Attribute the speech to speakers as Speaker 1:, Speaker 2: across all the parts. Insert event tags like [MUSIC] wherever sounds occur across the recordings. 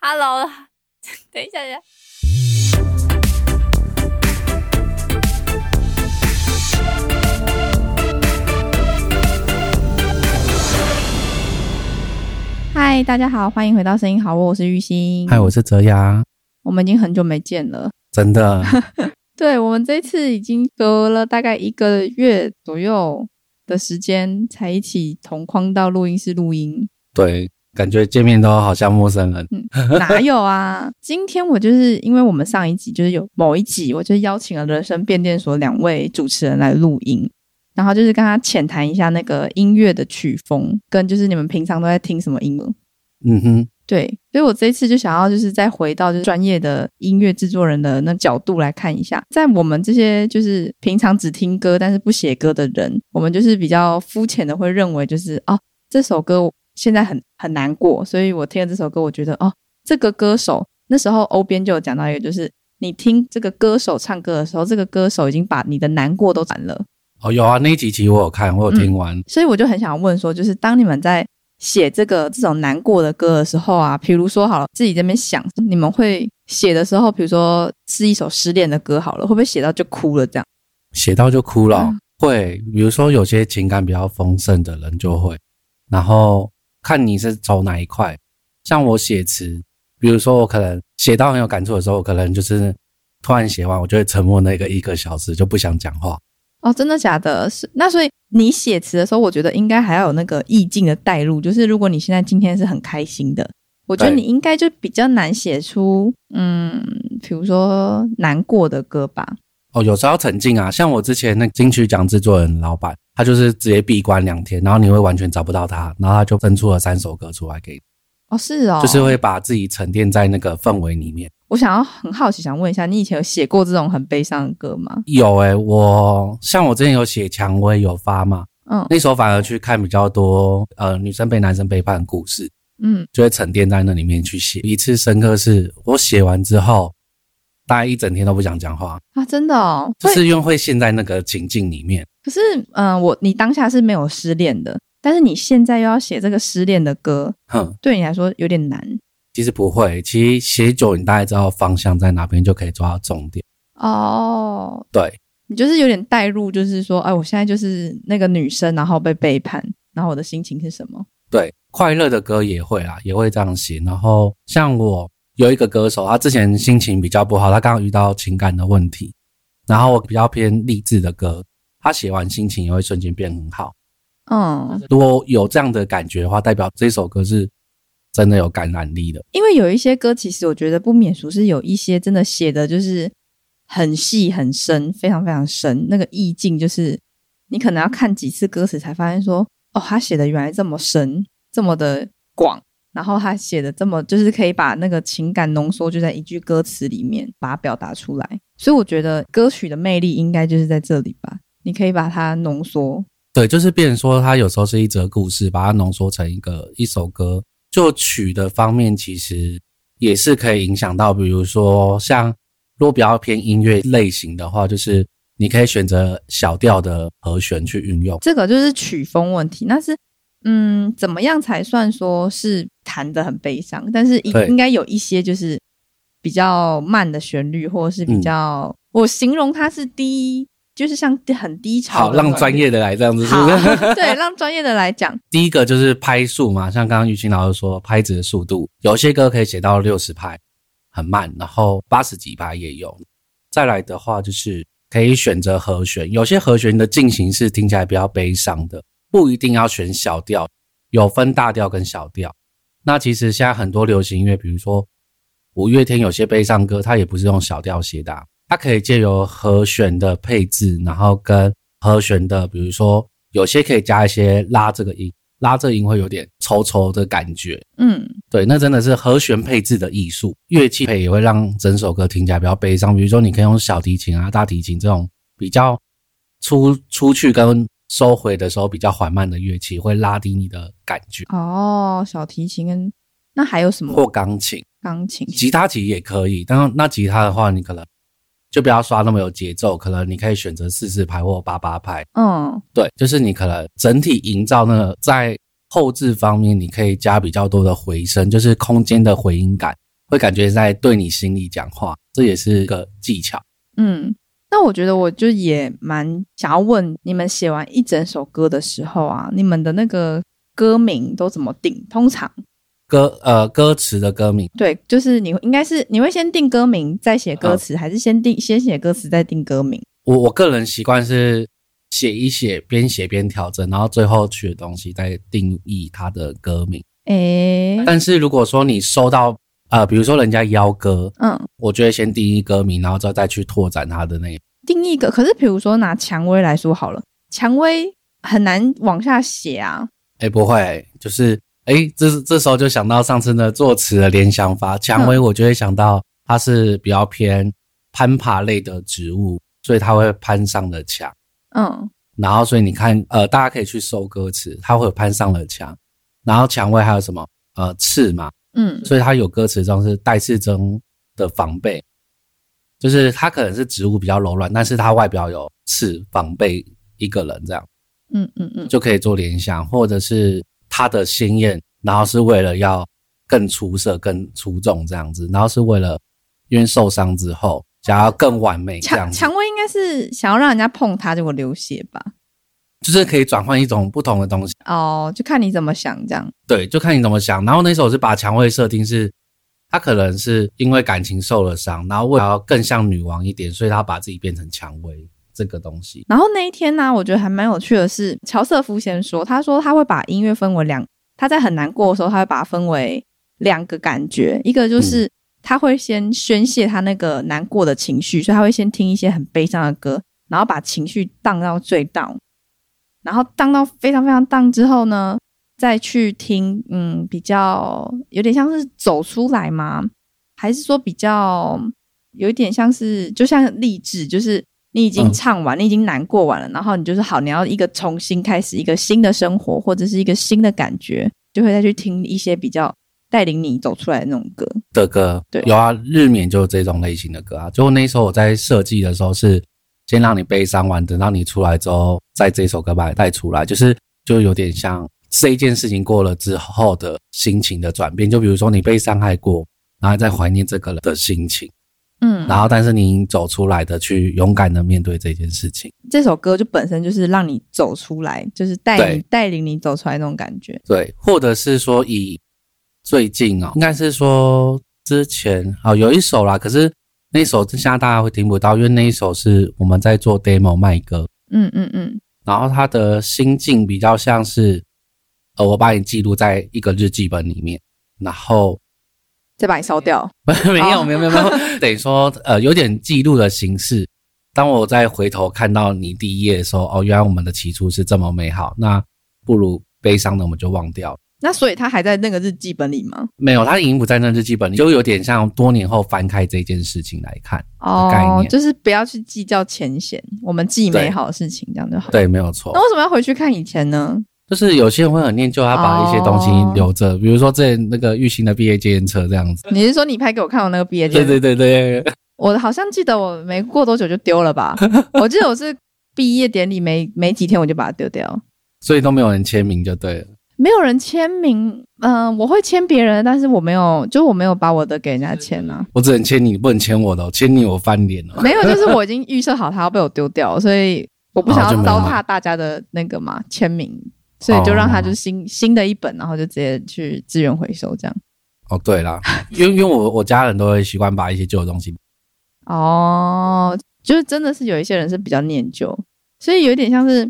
Speaker 1: Hello，等 [LAUGHS] 一下，等一下。嗨，大家好，欢迎回到声音好我，我是玉鑫。
Speaker 2: 嗨，我是泽雅，
Speaker 1: 我们已经很久没见了。
Speaker 2: 真的，
Speaker 1: 对我们这次已经隔了大概一个月左右的时间，才一起同框到录音室录音。
Speaker 2: 对，感觉见面都好像陌生人。
Speaker 1: 哪有啊？今天我就是因为我们上一集就是有某一集，我就邀请了人生变电所两位主持人来录音，然后就是跟他浅谈一下那个音乐的曲风，跟就是你们平常都在听什么音乐。
Speaker 2: 嗯哼，
Speaker 1: 对，所以我这一次就想要就是再回到就是专业的音乐制作人的那角度来看一下，在我们这些就是平常只听歌但是不写歌的人，我们就是比较肤浅的会认为就是哦这首歌我现在很很难过，所以我听了这首歌，我觉得哦这个歌手那时候欧边就有讲到一个就是。你听这个歌手唱歌的时候，这个歌手已经把你的难过都斩了，
Speaker 2: 哦，有啊，那几集我有看，我有听完。
Speaker 1: 所以我就很想问说，就是当你们在写这个这种难过的歌的时候啊，比如说好了，自己这边想，你们会写的时候，比如说是一首失恋的歌好了，会不会写到就哭了这样？
Speaker 2: 写到就哭了哦、
Speaker 1: 嗯
Speaker 2: 会，比如说有些情感比较丰盛的人就会，然后看你是走哪一块。像我写词，比如说我可能写到很有感触的时候，我可能就是突然写完，我就会沉默那个一个小时，就不想讲话。
Speaker 1: 哦，真的假的？是那所以你写词的时候，我觉得应该还要有那个意境的带入，就是如果你现在今天是很开心的，我觉得
Speaker 2: 对
Speaker 1: 你应该就比较难写出嗯，比如说难过的歌吧。
Speaker 2: 哦，有时候要沉浸啊，像我之前那金曲奖制作人老板，他就是直接闭关两天，然后你会完全找不到他，然后他就分出了三首歌出来给你。
Speaker 1: 哦，是哦，
Speaker 2: 就是会把自己沉淀在那个氛围里面。
Speaker 1: 我想要很好奇，想问一下，你以前有写过这种很悲伤的歌吗？
Speaker 2: 有诶、我像我之前有写《蔷薇》有发嘛，
Speaker 1: 嗯
Speaker 2: 那时候反而去看比较多呃女生被男生背叛的故事，
Speaker 1: 嗯，
Speaker 2: 就会沉淀在那里面去写。一次深刻是我写完之后，大概一整天都不想讲话，
Speaker 1: 啊，真的哦，
Speaker 2: 就
Speaker 1: 会，
Speaker 2: 是因为会陷在那个情境里面。
Speaker 1: 可是，嗯、我你当下是没有失恋的，但是你现在又要写这个失恋的歌，
Speaker 2: 哼，
Speaker 1: 对你来说有点难
Speaker 2: 其实不会，其实写久你大概知道方向在哪边，就可以抓到重点。
Speaker 1: 哦。
Speaker 2: 对，
Speaker 1: 你就是有点带入，就是说，哎，我现在就是那个女生，然后被背叛，然后我的心情是什么？
Speaker 2: 对，快乐的歌也会啦，也会这样写。然后像我有一个歌手，他之前心情比较不好，他刚刚遇到情感的问题，然后我比较偏励志的歌，他写完心情也会瞬间变很好。
Speaker 1: 嗯，
Speaker 2: 如果有这样的感觉的话，代表这首歌是真的有感染力的。
Speaker 1: 因为有一些歌，其实我觉得不免俗是有一些真的写的就是很细很深，非常非常深，那个意境就是你可能要看几次歌词才发现说，哦，他写的原来这么深，这么的广，然后他写的这么就是可以把那个情感浓缩就在一句歌词里面把它表达出来，所以我觉得歌曲的魅力应该就是在这里吧，你可以把它浓缩，
Speaker 2: 对，就是变成说，它有时候是一则故事，把它浓缩成一个一首歌。就曲的方面，其实也是可以影响到，比如说像如果比较偏音乐类型的话，就是你可以选择小调的和弦去运用。
Speaker 1: 这个就是曲风问题。那是，嗯，怎么样才算说是弹的很悲伤？但是应
Speaker 2: 对
Speaker 1: 应该有一些就是比较慢的旋律，或者是比较，
Speaker 2: 嗯
Speaker 1: 我形容它是低，就是像很低潮
Speaker 2: 好，
Speaker 1: 的那种。
Speaker 2: 让专业的来这样子，是
Speaker 1: 好 [LAUGHS]
Speaker 2: 不是？，
Speaker 1: 对，让专业的来讲。
Speaker 2: 第一个就是拍速嘛，像刚刚玉清老师说，拍子的速度，有些歌可以写到六十拍，很慢，然后八十几拍也有。再来的话就是可以选择和弦，有些和弦的进行是听起来比较悲伤的，不一定要选小调，有分大调跟小调。那其实现在很多流行音乐，比如说五月天有些悲伤歌，它也不是用小调写的啊、它可以借由和弦的配置，然后跟和弦的，比如说有些可以加一些拉这个音，拉这个音会有点稠稠的感觉。
Speaker 1: 嗯，
Speaker 2: 对，那真的是和弦配置的艺术，乐器配也会让整首歌听起来比较悲伤。比如说，你可以用小提琴啊、大提琴这种比较出出去跟收回的时候比较缓慢的乐器，会拉低你的感觉。
Speaker 1: 哦，小提琴跟那还有什么
Speaker 2: 或钢琴，
Speaker 1: 钢琴？
Speaker 2: 吉他其实也可以，但那吉他的话，你可能就不要刷那么有节奏，可能你可以选择四四拍或八八拍。
Speaker 1: 嗯，
Speaker 2: 对，就是你可能整体营造那个在后置方面，你可以加比较多的回声，就是空间的回音感，会感觉在对你心里讲话，这也是个技巧。
Speaker 1: 嗯，那我觉得我就也蛮想要问你们，写完一整首歌的时候啊，你们的那个歌名都怎么定？通常
Speaker 2: 歌呃歌词的歌名，
Speaker 1: 对，就是你应该是你会先定歌名再写歌词，还是先定先写歌词再定歌名？
Speaker 2: 我我个人习惯是写一写，边写边调整，然后最后取的东西再定义它的歌名。
Speaker 1: 诶，
Speaker 2: 但是如果说你收到呃，比如说人家邀歌，
Speaker 1: 嗯，
Speaker 2: 我就会先定义歌名，然后再再去拓展它的那个。
Speaker 1: 定一个。可是比如说拿蔷薇来说好了，蔷薇很难往下写啊。
Speaker 2: 哎、不会，就是哎、这这时候就想到上次的作词的联想法，蔷薇，我就会想到它是比较偏攀爬类的植物，所以它会攀上了墙。
Speaker 1: 嗯，
Speaker 2: 然后所以你看，呃，大家可以去搜歌词，它会有攀上了墙，然后蔷薇还有什么呃刺嘛，
Speaker 1: 嗯，
Speaker 2: 所以它有歌词中是带刺中的防备，就是它可能是植物比较柔软，但是它外表有刺防备一个人这样
Speaker 1: 嗯嗯嗯，
Speaker 2: 就可以做联想，或者是它的鲜艳，然后是为了要更出色、更出众这样子，然后是为了因为受伤之后想要更完美这样
Speaker 1: 蔷
Speaker 2: 子，
Speaker 1: 蔷薇应该是想要让人家碰它，结果流血吧？
Speaker 2: 就是可以转换一种不同的东西。
Speaker 1: 哦，就看你怎么想这样。
Speaker 2: 对，就看你怎么想。然后那时候我是把蔷薇设定是，她可能是因为感情受了伤，然后为了要更像女王一点，所以她把自己变成蔷薇这个东西。
Speaker 1: 然后那一天呢、我觉得还蛮有趣的是，乔瑟夫先说，他说他会把音乐分为两，他在很难过的时候，他会把它分为两个感觉，一个就是他会先宣泄他那个难过的情绪，所以他会先听一些很悲伤的歌，然后把情绪荡到最荡，然后荡到非常非常荡之后呢，再去听嗯比较有点像是走出来吗？还是说比较有一点像是就像励志，就是你已经
Speaker 2: 嗯
Speaker 1: 唱完，你已经难过完了，然后你就是好，你要一个重新开始一个新的生活，或者是一个新的感觉，就会再去听一些比较带领你走出来的那种歌。
Speaker 2: 的歌，
Speaker 1: 对
Speaker 2: 有啊，日冕就有这种类型的歌啊。就那时候我在设计的时候是先让你悲伤完，等到你出来之后，再这首歌把你带出来，就是就有点像这一件事情过了之后的心情的转变。就比如说你被伤害过，然后再怀念这个人的心情。
Speaker 1: 嗯，
Speaker 2: 然后但是你走出来的，去勇敢的面对这件事情。
Speaker 1: 这首歌就本身就是让你走出来，就是带你带领你走出来那种感觉。
Speaker 2: 对，或者是说以最近哦，应该是说之前哦，有一首啦，可是那首现在大家会听不到，因为那一首是我们在做 demo 卖歌，
Speaker 1: 嗯嗯嗯，
Speaker 2: 然后他的心境比较像是，呃，我把你记录在一个日记本里面，然后
Speaker 1: 再把你烧掉。
Speaker 2: [LAUGHS] 没有，
Speaker 1: 哦
Speaker 2: 没有，没有，
Speaker 1: [LAUGHS]
Speaker 2: 没有，等于说，呃，有点记录的形式。当我再回头看到你第一页的时候，哦，原来我们的起初是这么美好，那不如悲伤的我们就忘掉。
Speaker 1: 那所以他还在那个日记本里吗？
Speaker 2: 没有，它已经不在那日记本里，就有点像多年后翻开这件事情来看。概
Speaker 1: 哦
Speaker 2: 念，
Speaker 1: 就是不要去计较前嫌，我们记
Speaker 2: 对
Speaker 1: 美好的事情，这样就好。
Speaker 2: 对，没有错
Speaker 1: 那。为什么要回去看以前呢？
Speaker 2: 就是有些人会很念旧，他把一些东西留
Speaker 1: 哦
Speaker 2: 着，比如说之前那个玉兴的毕业纪念册这样子。
Speaker 1: 你是说你拍给我看我那个毕业
Speaker 2: 对
Speaker 1: 典礼？
Speaker 2: 对对对，
Speaker 1: 我好像记得我没过多久就丢了吧？我记得我是毕业典礼没没几天我就把它丢掉，
Speaker 2: 所以都没有人签名就对了。
Speaker 1: 没有人签名。嗯、我会签别人的，但是我没有，就我没有把我的给人家签啊。
Speaker 2: 我只能签你，不能签我的哦，签你我翻脸
Speaker 1: [LAUGHS]
Speaker 2: 了。
Speaker 1: 没有，就是我已经预设好它要被我丢掉，所以我不想
Speaker 2: 哦就
Speaker 1: 要
Speaker 2: 没有
Speaker 1: 糟
Speaker 2: 了
Speaker 1: 蹋大家的那个嘛签名，所以就让它就是新、新的一本，然后就直接去资源回收这样。
Speaker 2: 哦，对啦，因为因为我我家人都会习惯把一些旧的东西，
Speaker 1: 哦，就是真的是有一些人是比较念旧，所以有点像是，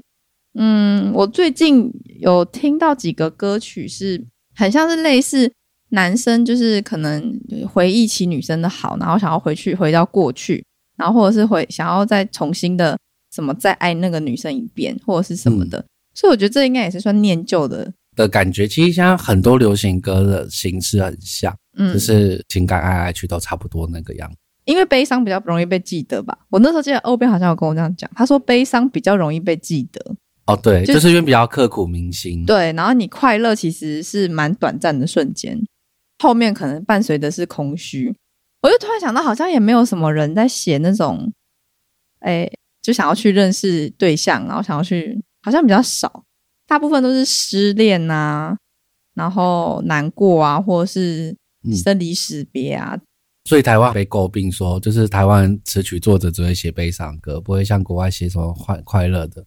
Speaker 1: 嗯，我最近有听到几个歌曲是很像是类似男生就是可能回忆起女生的好，然后想要回去回到过去，然后或者是回想要再重新的什么再爱那个女生一遍，或者是什么的。所以我觉得这应该也是算念旧的，
Speaker 2: 的感觉，其实现在很多流行歌的形式很像，
Speaker 1: 嗯，
Speaker 2: 就是情感爱来去都差不多那个样子。
Speaker 1: 因为悲伤比较容易被记得吧。我那时候记得欧边好像有跟我这样讲，他说悲伤比较容易被记得，
Speaker 2: 哦，对，
Speaker 1: 就
Speaker 2: 就是因为比较刻骨铭心。
Speaker 1: 对，然后你快乐其实是蛮短暂的瞬间，后面可能伴随的是空虚。我就突然想到，好像也没有什么人在写那种，哎，就想要去认识对象，然后想要去，好像比较少，大部分都是失恋啊，然后难过啊，或者是
Speaker 2: 嗯
Speaker 1: 生离死别啊，
Speaker 2: 所以台湾被诟病说，就是台湾词曲作者只会写悲伤歌，不会像国外写什么快快乐的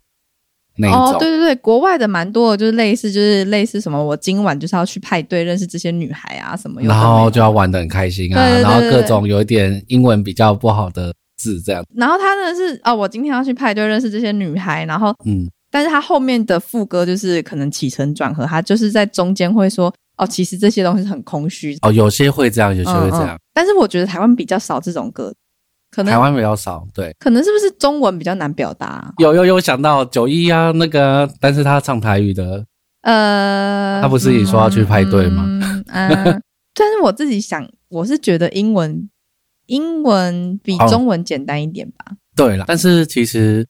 Speaker 2: 那一种。
Speaker 1: 哦，对对对，国外的蛮多的，就是类似就是类似什么，我今晚就是要去派对认识这些女孩啊什么有的没
Speaker 2: 然
Speaker 1: 有，
Speaker 2: 后就要玩得很开心啊，
Speaker 1: 对对对
Speaker 2: 然后各
Speaker 1: 对
Speaker 2: 种有一点英文比较不好的字这样，
Speaker 1: 然后他呢是哦，我今天要去派对认识这些女孩，然后
Speaker 2: 嗯，
Speaker 1: 但是他后面的副歌就是可能起承转合，他就是在中间会说哦，其实这些东西很空虚，
Speaker 2: 哦，有些会这样，有些会这
Speaker 1: 嗯
Speaker 2: 样，
Speaker 1: 嗯但是我觉得台湾比较少这种歌，可
Speaker 2: 台
Speaker 1: 能
Speaker 2: 湾比较少，对。
Speaker 1: 可能是不是中文比较难表达、啊
Speaker 2: 有有有想到九一啊，那个，但是他唱台语的，
Speaker 1: 呃，
Speaker 2: 他不是也说要去派对吗
Speaker 1: 嗯，嗯 [LAUGHS] 但是我自己想，我是觉得英文英文比
Speaker 2: 哦
Speaker 1: 中文简单一点吧。
Speaker 2: 对啦，但是其实，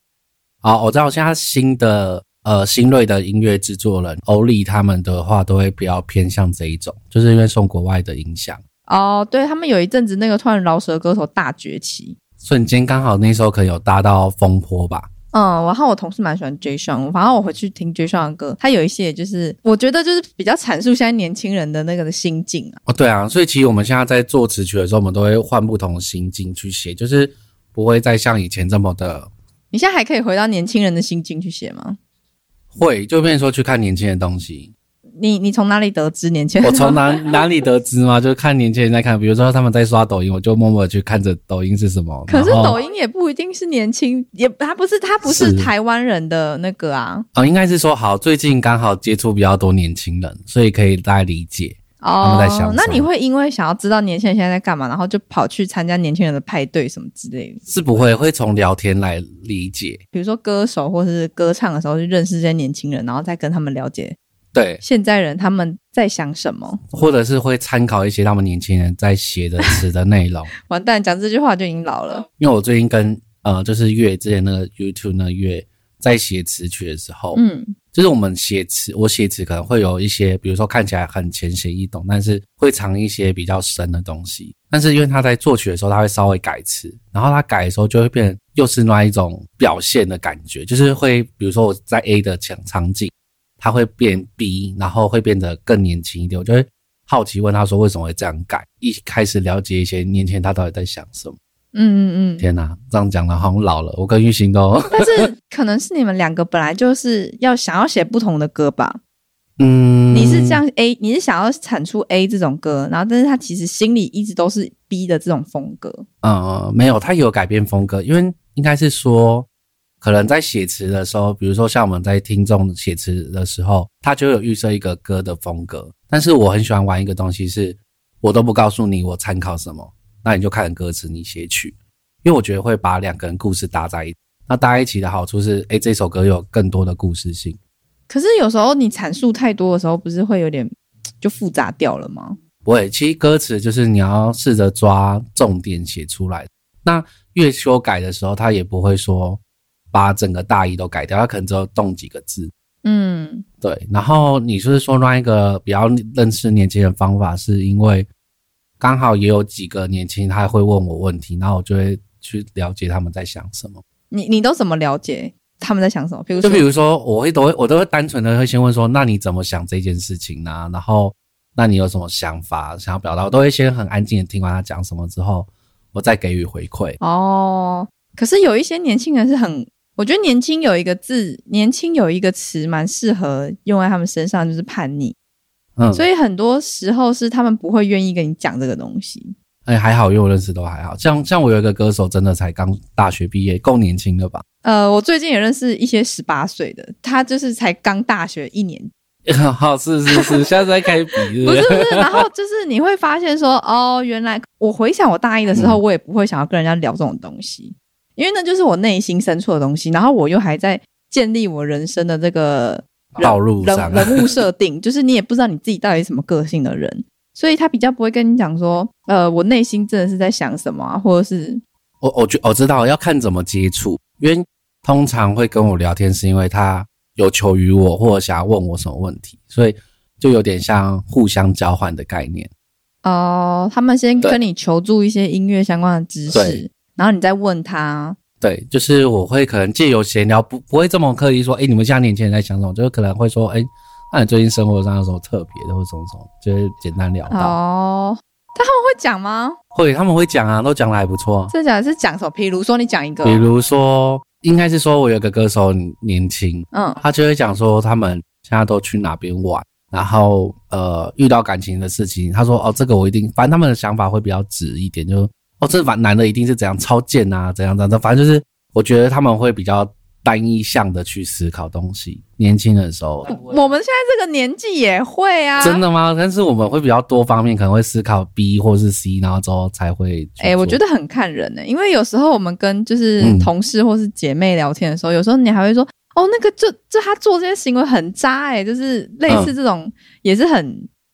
Speaker 2: 啊、我知道现在新的呃新锐的音乐制作人欧力他们的话，都会比较偏向这一种，就是因为受国外的影响，
Speaker 1: 哦对他们有一阵子那个突然饶舌歌手大崛起，
Speaker 2: 瞬间刚好那时候可能有搭到风波吧，
Speaker 1: 嗯，然后我同事蛮喜欢 J s o n 反正我回去听 J s o n 的歌，他有一些就是我觉得就是比较阐述现在年轻人的那个的心境啊。
Speaker 2: 哦，对啊，所以其实我们现在在做词曲的时候，我们都会换不同的心境去写，就是不会再像以前这么的
Speaker 1: 你现在还可以回到年轻人的心境去写吗？
Speaker 2: 会，就变成说去看年轻人的东西。
Speaker 1: 你你从哪里得知 [LAUGHS] 年轻
Speaker 2: 我
Speaker 1: 人？
Speaker 2: 从哪哪里得知嘛？就是看年轻人在看，比如说他们在刷抖音，我就默默地去看着抖音是什
Speaker 1: [LAUGHS]
Speaker 2: 么。
Speaker 1: 可是
Speaker 2: 然后
Speaker 1: 抖音也不一定是年轻，也他不是他不是
Speaker 2: 是
Speaker 1: 台湾人的那个啊。
Speaker 2: 哦，应该是说好，最近刚好接触比较多年轻人，所以可以大概理解。
Speaker 1: 哦，
Speaker 2: 们在想
Speaker 1: 那
Speaker 2: 什
Speaker 1: 你
Speaker 2: 么
Speaker 1: 会因为想要知道年轻人现在在干嘛，然后就跑去参加年轻人的派对什么之类的？
Speaker 2: 是不会会从聊天来理解，
Speaker 1: 比如说歌手或是歌唱的时候，去认识这些年轻人，然后再跟他们了解
Speaker 2: 对，
Speaker 1: 现在人他们在想什么。
Speaker 2: 或者是会参考一些他们年轻人在写的词的内容。
Speaker 1: 完蛋，讲这句话就已经老了。
Speaker 2: 因为我最近跟呃，就是月之前那个 YouTube 那个月在写词曲的时候，
Speaker 1: 嗯，
Speaker 2: 就是我们写词，我写词可能会有一些，比如说看起来很浅显易懂，但是会藏一些比较深的东西。但是因为他在作曲的时候，他会稍微改词，然后他改的时候就会变成又是另外一种表现的感觉，就是会比如说我在 A 的场场景，他会变 B，然后会变得更年轻一点。我就会好奇问他说为什么会这样改，一开始了解一些年轻人他到底在想什么。
Speaker 1: 嗯嗯嗯，
Speaker 2: 天哪、这样讲了好像老了，我跟玉兴都，
Speaker 1: 但是可能是你们两个本来就是要想要写不同的歌吧？
Speaker 2: 嗯，
Speaker 1: 你是这，样 A，你是想要产出 A 这种歌，然后但是他其实心里一直都是 B 的这种风格。
Speaker 2: 呃，没有，他有改变风格，因为应该是说，可能在写词的时候，比如说像我们在听众写词的时候，他就有预设一个歌的风格，但是我很喜欢玩一个东西是，我都不告诉你我参考什么，那你就看歌词你写曲，因为我觉得会把两个人故事搭在一起。那搭在一起的好处是，诶，这首歌有更多的故事性。
Speaker 1: 可是有时候你阐述太多的时候，不是会有点就复杂掉了吗？
Speaker 2: 不会，其实歌词就是你要试着抓重点写出来。那越修改的时候，他也不会说把整个大意都改掉，他可能只有动几个字。
Speaker 1: 嗯，
Speaker 2: 对，然后你是说那一个比较认识年轻人的方法，是因为刚好也有几个年轻人他会问我问题，然后我就会去了解他们在想什么。
Speaker 1: 你你都怎么了解他们在想什么？比如
Speaker 2: 就
Speaker 1: 说
Speaker 2: 比，如说，我会都会我都会单纯的会先问说，那你怎么想这件事情呢、啊然后，那你有什么想法想要表达？我都会先很安静的听完他讲什么之后，我再给予回馈。
Speaker 1: 哦，可是有一些年轻人是很，我觉得年轻有一个字，年轻有一个词蛮适合用在他们身上，就是叛逆。
Speaker 2: 嗯，
Speaker 1: 所以很多时候是他们不会愿意跟你讲这个东西。
Speaker 2: 哎、还好，因为我认识都还好。像像我有一个歌手，真的才刚大学毕业，够年轻的吧？ [LAUGHS]
Speaker 1: 呃，我最近也认识一些十八岁的，他就是才刚大学一年
Speaker 2: 好，是是是，现在在开比，是
Speaker 1: 不
Speaker 2: 不
Speaker 1: 是
Speaker 2: 是？
Speaker 1: 不是，然后就是你会发现说，哦，原来我回想我大一的时候，我也不会想要跟人家聊这种东西，因为那就是我内心深处的东西。然后我又还在建立我人生的这个人
Speaker 2: 道路上啊
Speaker 1: 人人物设定，就是你也不知道你自己到底是什么个性的人，所以他比较不会跟你讲说，呃，我内心真的是在想什么、啊，或者是
Speaker 2: 我我觉我知道要看怎么接触，因为通常会跟我聊天是因为他有求于我，或者想要问我什么问题，所以就有点像互相交换的概念。
Speaker 1: 哦、他们先
Speaker 2: 对
Speaker 1: 跟你求助一些音乐相关的知识
Speaker 2: 对，
Speaker 1: 然后你再问他，
Speaker 2: 对，就是我会可能借由闲聊，不不会这么刻意说，哎、你们现在年轻人在想什么？就是可能会说，哎、那你最近生活上有什么特别的，或者什么什么，就是简单聊到。
Speaker 1: 哦，会讲吗？
Speaker 2: 会他们会讲啊，都讲的还不错。
Speaker 1: 这讲是讲什么？比如说你讲一个，
Speaker 2: 比如说，应该是说我有个歌手年轻，
Speaker 1: 嗯
Speaker 2: 他就会讲说他们现在都去哪边玩，然后呃遇到感情的事情，他说哦这个我一定，反正他们的想法会比较直一点，就哦这男男的一定是怎样超贱啊，怎样怎样，反正就是我觉得他们会比较单一向的去思考东西。年轻的时候，
Speaker 1: 我们现在这个年纪也会啊。
Speaker 2: 真的吗？但是我们会比较多方面，可能会思考 B 或是 C，然后之后才会去做。
Speaker 1: 哎、我觉得很看人呢、因为有时候我们跟就是
Speaker 2: 嗯
Speaker 1: 同事或是姐妹聊天的时候，有时候你还会说，哦，那个就就他做这些行为很渣哎、就是类似这
Speaker 2: 嗯
Speaker 1: 种、也是很，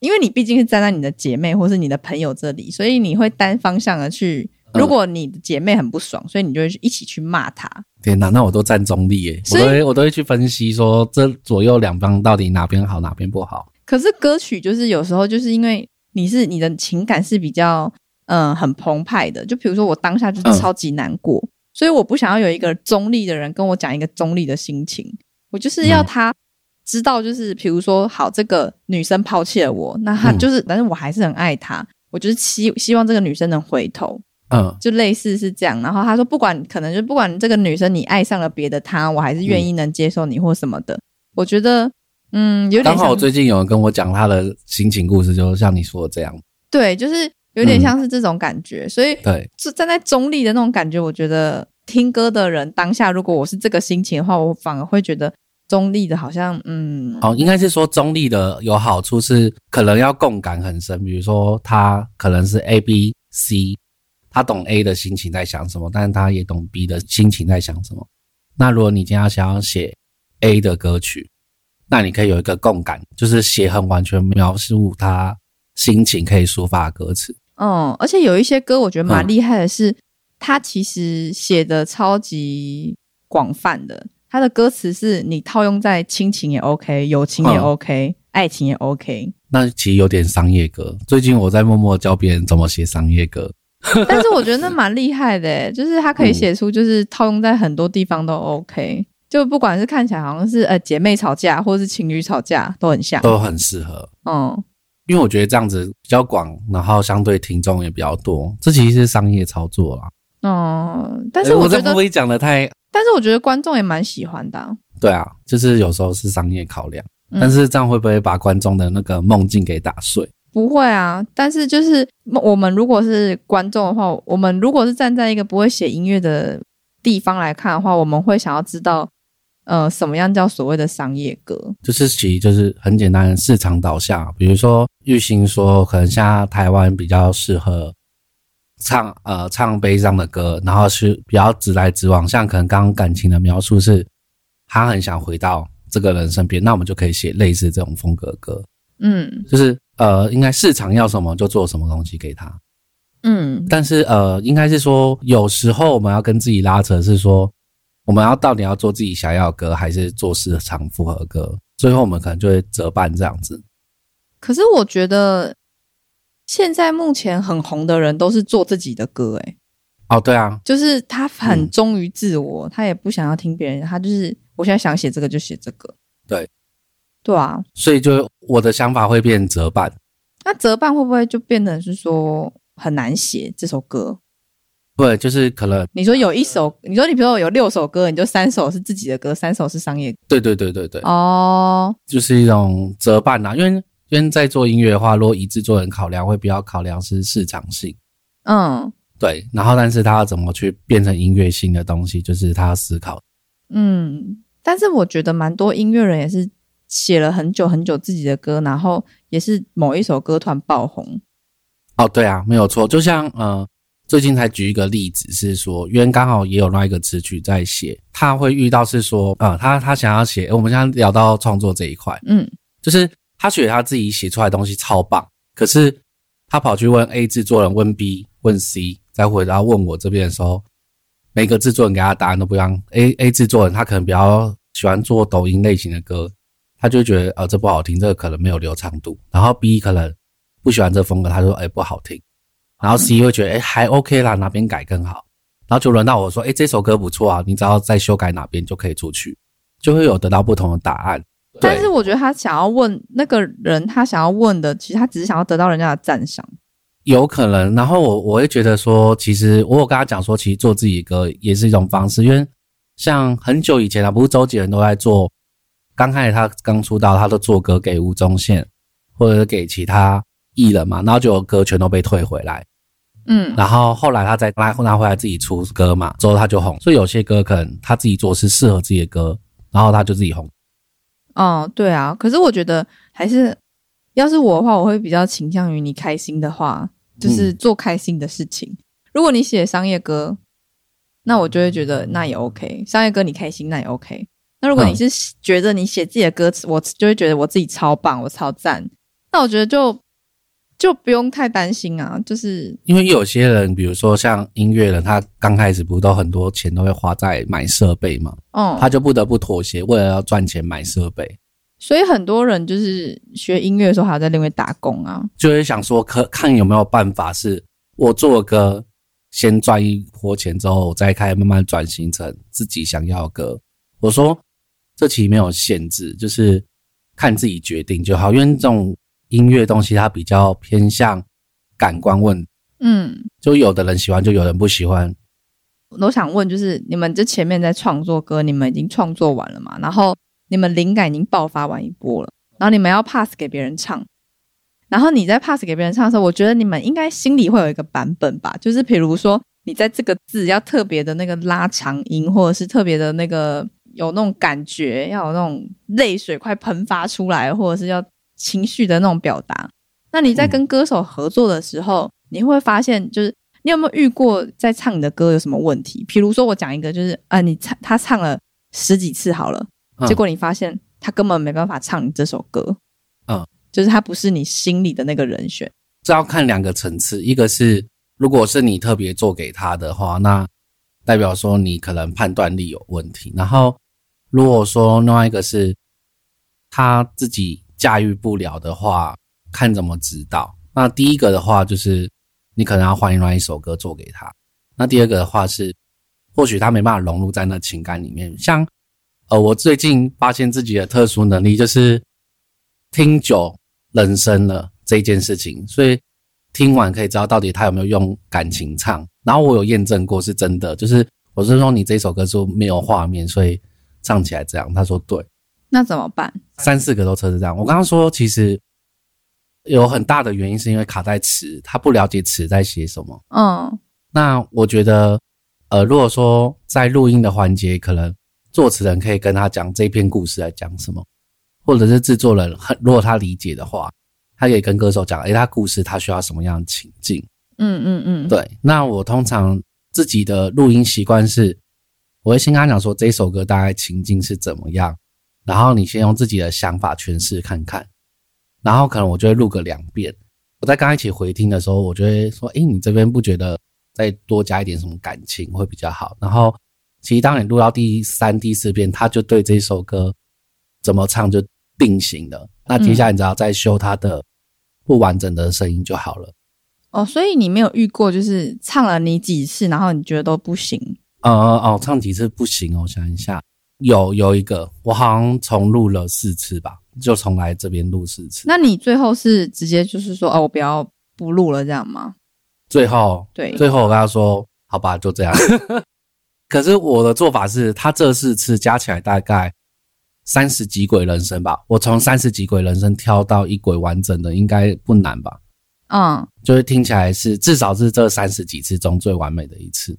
Speaker 1: 因为你毕竟是站在你的姐妹或是你的朋友这里，所以你会单方向的去。
Speaker 2: 嗯
Speaker 1: 如果你的姐妹很不爽，所以你就会去一起去骂她。
Speaker 2: 天哪，那我都站中立耶，我
Speaker 1: 所以
Speaker 2: 都会我都会去分析说这左右两方到底哪边好哪边不好。
Speaker 1: 可是歌曲就是有时候就是因为你是你的情感是比较嗯很澎湃的，就比如说我当下就是超级难过，
Speaker 2: 嗯
Speaker 1: 所以我不想要有一个中立的人跟我讲一个中立的心情，我就是
Speaker 2: 嗯
Speaker 1: 要他知道，就是比如说好这个女生抛弃了我，那
Speaker 2: 嗯
Speaker 1: 他就是，但是我还是很爱她，我就是希希望这个女生能回头，
Speaker 2: 嗯
Speaker 1: 就类似是这样。然后他说，不管可能就不管这个女生你爱上了别的她，我还是愿意能接受你或什么的。我觉得，嗯，有点
Speaker 2: 刚
Speaker 1: 像
Speaker 2: 好我最近有人跟我讲他的心情故事，就像你说的这样，
Speaker 1: 对，就是有
Speaker 2: 嗯
Speaker 1: 点像是这种感觉，所以
Speaker 2: 对，
Speaker 1: 就站在中立的那种感觉，我觉得听歌的人当下，如果我是这个心情的话，我反而会觉得中立的好像嗯，
Speaker 2: 哦，应该是说中立的有好处是可能要共感很深，比如说他可能是 A B C，他懂 A 的心情在想什么，但是他也懂 B 的心情在想什么。那如果你今天要想要写 A 的歌曲，那你可以有一个共感，就是写很完全描述他心情可以抒发的歌词。
Speaker 1: 嗯，而且有一些歌我觉得蛮
Speaker 2: 嗯
Speaker 1: 厉害的是，它其实写的超级广泛的，它的歌词是你套用在亲情也 OK，友情也
Speaker 2: 嗯
Speaker 1: OK，、爱情也 OK，
Speaker 2: 那其实有点商业歌。最近我在默默教别人怎么写商业歌， [LAUGHS]
Speaker 1: 但是我觉得那蛮厉害的欸，就是他可以写出，就是套用在很多地方都 OK，就不管是看起来好像是呃姐妹吵架，或是情侣吵架，都很像。
Speaker 2: 都很适合。哦
Speaker 1: 嗯，
Speaker 2: 因为我觉得这样子比较广，然后相对听众也比较多，这其实是商业操作啦。
Speaker 1: 哦、但
Speaker 2: 诶
Speaker 1: 是
Speaker 2: 哎我
Speaker 1: 我觉
Speaker 2: 这
Speaker 1: 得
Speaker 2: 不，会讲的太
Speaker 1: 但是我觉得观众也蛮喜欢的啊、
Speaker 2: 对啊，就是有时候是商业考量，
Speaker 1: 嗯
Speaker 2: 但是这样会不会把观众的那个梦境给打碎？
Speaker 1: 不会啊，但是就是我们如果是观众的话，我们如果是站在一个不会写音乐的地方来看的话，我们会想要知道，呃，什么样叫所谓的商业歌？
Speaker 2: 就是其实就是很简单的市场导向，比如说玉兴说，可能现在台湾比较适合唱呃唱悲伤的歌，然后是比较直来直往，像可能刚刚感情的描述是，他很想回到这个人身边，那我们就可以写类似这种风格的歌，
Speaker 1: 嗯
Speaker 2: 就是呃应该市场要什么就做什么东西给他，
Speaker 1: 嗯，
Speaker 2: 但是呃，应该是说，有时候我们要跟自己拉扯，是说我们要到底要做自己想要的歌，还是做市场符合的歌？最后我们可能就会折半这样子。
Speaker 1: 可是我觉得现在目前很红的人都是做自己的歌、欸，
Speaker 2: 哦，对啊，
Speaker 1: 就是他很
Speaker 2: 嗯
Speaker 1: 忠于自我，他也不想要听别人，他就是我现在想写这个就写这个，
Speaker 2: 对，
Speaker 1: 对啊。
Speaker 2: 所以就我的想法会变折半。
Speaker 1: 那折半会不会就变成是说很难写这首歌？
Speaker 2: 对，就是可能，
Speaker 1: 你说有一首，
Speaker 2: 呃
Speaker 1: 你说你比如说有六首歌，你就三首是自己的歌，三首是商业歌
Speaker 2: 对对对对对，
Speaker 1: 哦。
Speaker 2: 就是一种折半啦、因为因为在做音乐的话，如果以制作人考量，会比较考量是市场性。
Speaker 1: 嗯
Speaker 2: 对，然后但是他要怎么去变成音乐性的东西，就是他要思考。
Speaker 1: 嗯，但是我觉得蛮多音乐人也是写了很久很久自己的歌，然后也是某一首歌突然爆红，
Speaker 2: 哦，对啊，没有错。就像呃，最近才举一个例子是说，因为刚好也有那一个词曲在写，他会遇到是说，呃，他他想要写，我们现在聊到创作这一块，
Speaker 1: 嗯，
Speaker 2: 就是他觉得他自己写出来的东西超棒，可是他跑去问 A 制作人，问 B，问 C，再回到问我这边的时候，每个制作人给他答案都不一样。A A 制作人他可能比较喜欢做抖音类型的歌，他就觉得呃这不好听，这个可能没有流畅度。然后 B 可能不喜欢这风格，他就说哎、不好听。然后 C 会觉得哎、还 OK 啦，哪边改更好。然后就轮到我说哎、这首歌不错啊，你只要再修改哪边就可以出去，就会有得到不同的答案。
Speaker 1: 但
Speaker 2: 对
Speaker 1: 是我觉得他想要问那个人，他想要问的，其实他只是想要得到人家的赞赏。
Speaker 2: 有可能。然后我我会觉得说，其实我有跟他讲说，其实做自己歌也是一种方式，因为像很久以前啊，不是周杰伦都在做，刚开始他刚出道，他都做歌给吴宗宪或者是给其他艺人嘛，然后就有歌全都被退回来。
Speaker 1: 嗯，
Speaker 2: 然后后来他再拉拿回来自己出歌嘛，之后他就红。所以有些歌可能他自己做是适合自己的歌，然后他就自己红。
Speaker 1: 哦，对啊，可是我觉得还是，要是我的话，我会比较倾向于你开心的话，
Speaker 2: 嗯
Speaker 1: 就是做开心的事情。如果你写商业歌，那我就会觉得那也 OK，商业歌你开心那也 OK。那如果你
Speaker 2: 嗯
Speaker 1: 是觉得你写自己的歌词，我就会觉得我自己超棒，我超赞。那我觉得就就不用太担心啊，就是
Speaker 2: 因为有些人，比如说像音乐人，他刚开始不都很多钱都会花在买设备嘛，
Speaker 1: 嗯，
Speaker 2: 他就不得不妥协，为了要赚钱买设备，
Speaker 1: 所以很多人就是学音乐的时候还要在另外打工啊。
Speaker 2: 就会想说可看有没有办法是，我做歌先赚一波钱之后，我再开始慢慢转型成自己想要的歌。我说这其实没有限制，就是看自己决定就好，因为这种音乐东西它比较偏向感官问，
Speaker 1: 嗯，
Speaker 2: 就有的人喜欢，就有人不喜欢。
Speaker 1: 我想问，就是你们这前面在创作歌，你们已经创作完了嘛？然后你们灵感已经爆发完一波了，然后你们要 pass 给别人唱，然后你在 pass 给别人唱的时候，我觉得你们应该心里会有一个版本吧，就是比如说你在这个字要特别的那个拉长音，或者是特别的那个有那种感觉，要有那种泪水快喷发出来，或者是要情绪的那种表达。那你在跟歌手合作的时候，你会发现，就是你有没有遇过在唱你的歌有什么问题？比如说，我讲一个，就是啊，你唱他唱了十几次好了，
Speaker 2: 嗯
Speaker 1: 结果你发现他根本没办法唱你这首歌，
Speaker 2: 嗯，
Speaker 1: 就是他不是你心里的那个人选，
Speaker 2: 这要看两个层次，一个是如果是你特别做给他的话，那代表说你可能判断力有问题。然后如果说另外一个是他自己驾驭不了的话，看怎么指导。那第一个的话就是你可能要换另外一首歌做给他。那第二个的话是，或许他没办法融入在那情感里面。像呃，我最近发现自己的特殊能力就是听久人生了这件事情，所以听完可以知道到底他有没有用感情唱。然后我有验证过是真的，就是我是说你这首歌是没有画面，所以唱起来这样。他说对，
Speaker 1: 那怎么办？
Speaker 2: 三四个都测试这样。我刚刚说其实有很大的原因是因为卡在词，他不了解词在写什么。
Speaker 1: 嗯
Speaker 2: 那我觉得，呃，如果说在录音的环节，可能作词人可以跟他讲这篇故事在讲什么，或者是制作人很如果他理解的话，他可以跟歌手讲，诶、他故事他需要什么样的情境。
Speaker 1: 嗯嗯嗯，，
Speaker 2: 对，那我通常自己的录音习惯是，我会先跟他讲说这首歌大概情境是怎么样，然后你先用自己的想法诠释看看，然后可能我就会录个两遍。我在刚一起回听的时候，我就会说，诶，你这边不觉得再多加一点什么感情会比较好？然后其实当你录到第三、第四遍，他就对这首歌怎么唱就定型了。那接下来你只要再修他的不完整的声音就好了。
Speaker 1: 哦，所以你没有遇过就是唱了你几次，然后你觉得都不行，
Speaker 2: 呃哦，唱几次不行哦，我想一下，有有一个，我好像重录了四次吧，就重来这边录四次。
Speaker 1: 那你最后是直接就是说哦，我不要不录了这样吗？
Speaker 2: 最后，
Speaker 1: 对
Speaker 2: 最后我跟他说，好吧，就这样。 [LAUGHS] 可是我的做法是，他这四次加起来大概三十几轨人生吧，我从三十几轨人生挑到一轨完整的，应该不难吧？
Speaker 1: 嗯。
Speaker 2: 就是听起来是至少是这三十几次中最完美的一次。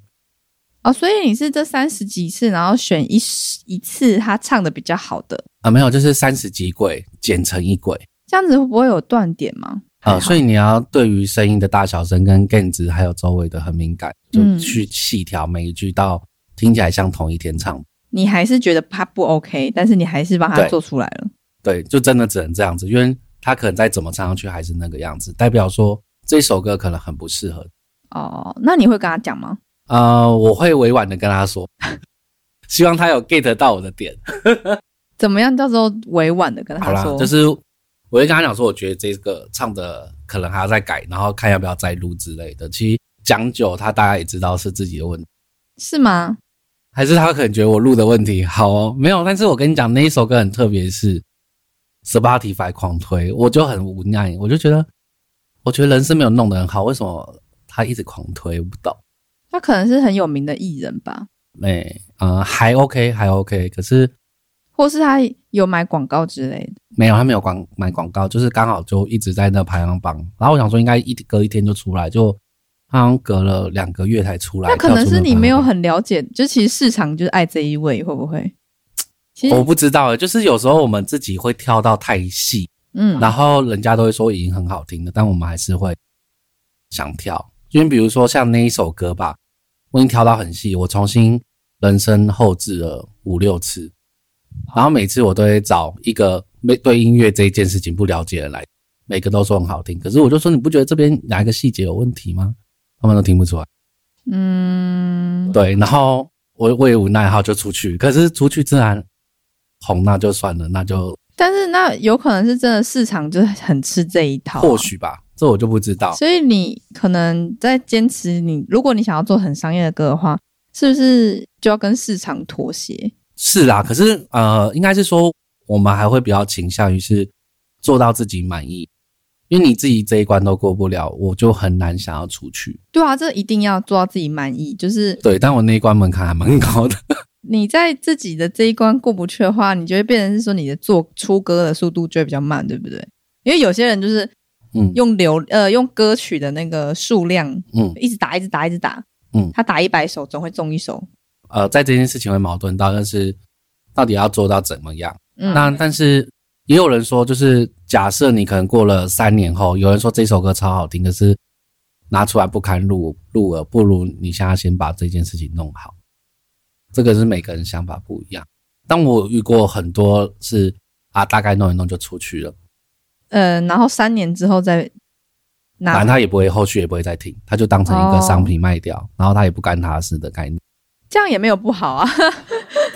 Speaker 1: 哦，所以你是这三十几次，然后选一一次他唱的比较好的，
Speaker 2: 啊、没有，就是三十几轨剪成一轨。
Speaker 1: 这样子会不会有断点吗？
Speaker 2: 呃，所
Speaker 1: 以
Speaker 2: 以你要对于声音的大小声跟更值，还有周围的很敏感，就
Speaker 1: 嗯
Speaker 2: 去细调每一句到听起来像同一天唱。
Speaker 1: 你还是觉得他不 OK，但是你还是帮他
Speaker 2: 对
Speaker 1: 做出来了。
Speaker 2: 对，就真的只能这样子，因为他可能再怎么唱上去还是那个样子，代表说这首歌可能很不适合。
Speaker 1: 哦，那你会跟他讲吗？
Speaker 2: 呃，我会委婉的跟他说， [LAUGHS] 希望他有 get 到我的点。
Speaker 1: 怎么样？到时候委婉的跟
Speaker 2: 好
Speaker 1: 他
Speaker 2: 啦
Speaker 1: 说，，
Speaker 2: 就是我会跟他讲说，我觉得这个唱的可能还要再改，然后看要不要再录之类的。其实讲久，他大概也知道是自己的问题。
Speaker 1: 是吗？
Speaker 2: 还是他可能觉得我录的问题好哦，没有。但是我跟你讲，那一首歌很特别，是 Spotify 狂推，我就很无奈，我就觉得我觉得人是没有弄得很好，为什么他一直狂推我不懂？
Speaker 1: 他可能是很有名的艺人吧，
Speaker 2: 哎、呃，还 OK，还 OK，可是
Speaker 1: 或是他有买广告之类的。
Speaker 2: 没有，他没有广买广告，就是刚好就一直在那排行榜。然后我想说，应该一隔一天就出来，就好像隔了两个月才出来。
Speaker 1: 那可
Speaker 2: 跳
Speaker 1: 能
Speaker 2: 出
Speaker 1: 是
Speaker 2: 个
Speaker 1: 你
Speaker 2: 排
Speaker 1: 没有
Speaker 2: 行榜
Speaker 1: 很了解，就其实市场就是爱这一位，会不会？
Speaker 2: 哦
Speaker 1: 其实
Speaker 2: 我，不知道欸，就是有时候我们自己会跳到太细，
Speaker 1: 嗯，
Speaker 2: 然后人家都会说已经很好听了，但我们还是会想跳。因为比如说像那一首歌吧，我已经跳到很细，我重新人生后置了五六次，然后每次我都会找一个没对音乐这一件事情不了解的来，每个都说很好听，可是我就说你不觉得这边哪一个细节有问题吗？他们都听不出来。
Speaker 1: 嗯，
Speaker 2: 对，然后我我也无奈，好就出去，可是出去自然红那就算了，那就
Speaker 1: 但是那有可能是真的市场就是很吃这一套啊、
Speaker 2: 或许吧，这我就不知道。
Speaker 1: 所以你可能在坚持你，如果你想要做很商业的歌的话，是不是就要跟市场妥协？
Speaker 2: 是啦，可是呃，应该是说我们还会比较倾向于是做到自己满意，因为你自己这一关都过不了，我就很难想要出去。
Speaker 1: 对啊，这一定要做到自己满意。就是
Speaker 2: 对，但我那一关门槛还蛮高的。
Speaker 1: 你在自己的这一关过不去的话，你就会变成是说你的做出歌的速度就会比较慢，对不对？因为有些人就是
Speaker 2: 嗯
Speaker 1: 用流呃用歌曲的那个数量
Speaker 2: 嗯，
Speaker 1: 一直打一直打一直打，
Speaker 2: 嗯
Speaker 1: 他打一百首总会中一首，
Speaker 2: 呃，在这件事情会矛盾到，但是到底要做到怎么样？
Speaker 1: 嗯，
Speaker 2: 那但是也有人说，就是假设你可能过了三年后，有人说这首歌超好听，可是拿出来不堪入入耳，不如你现在先把这件事情弄好。这个是每个人想法不一样。但我遇过很多是啊，大概弄一弄就出去了，
Speaker 1: 呃，然后三年之后再
Speaker 2: 反
Speaker 1: 拿
Speaker 2: 正他也不会后续也不会再听，他就当成一个
Speaker 1: 哦
Speaker 2: 商品卖掉，然后他也不干他的事的概念。
Speaker 1: 这样也没有不好啊，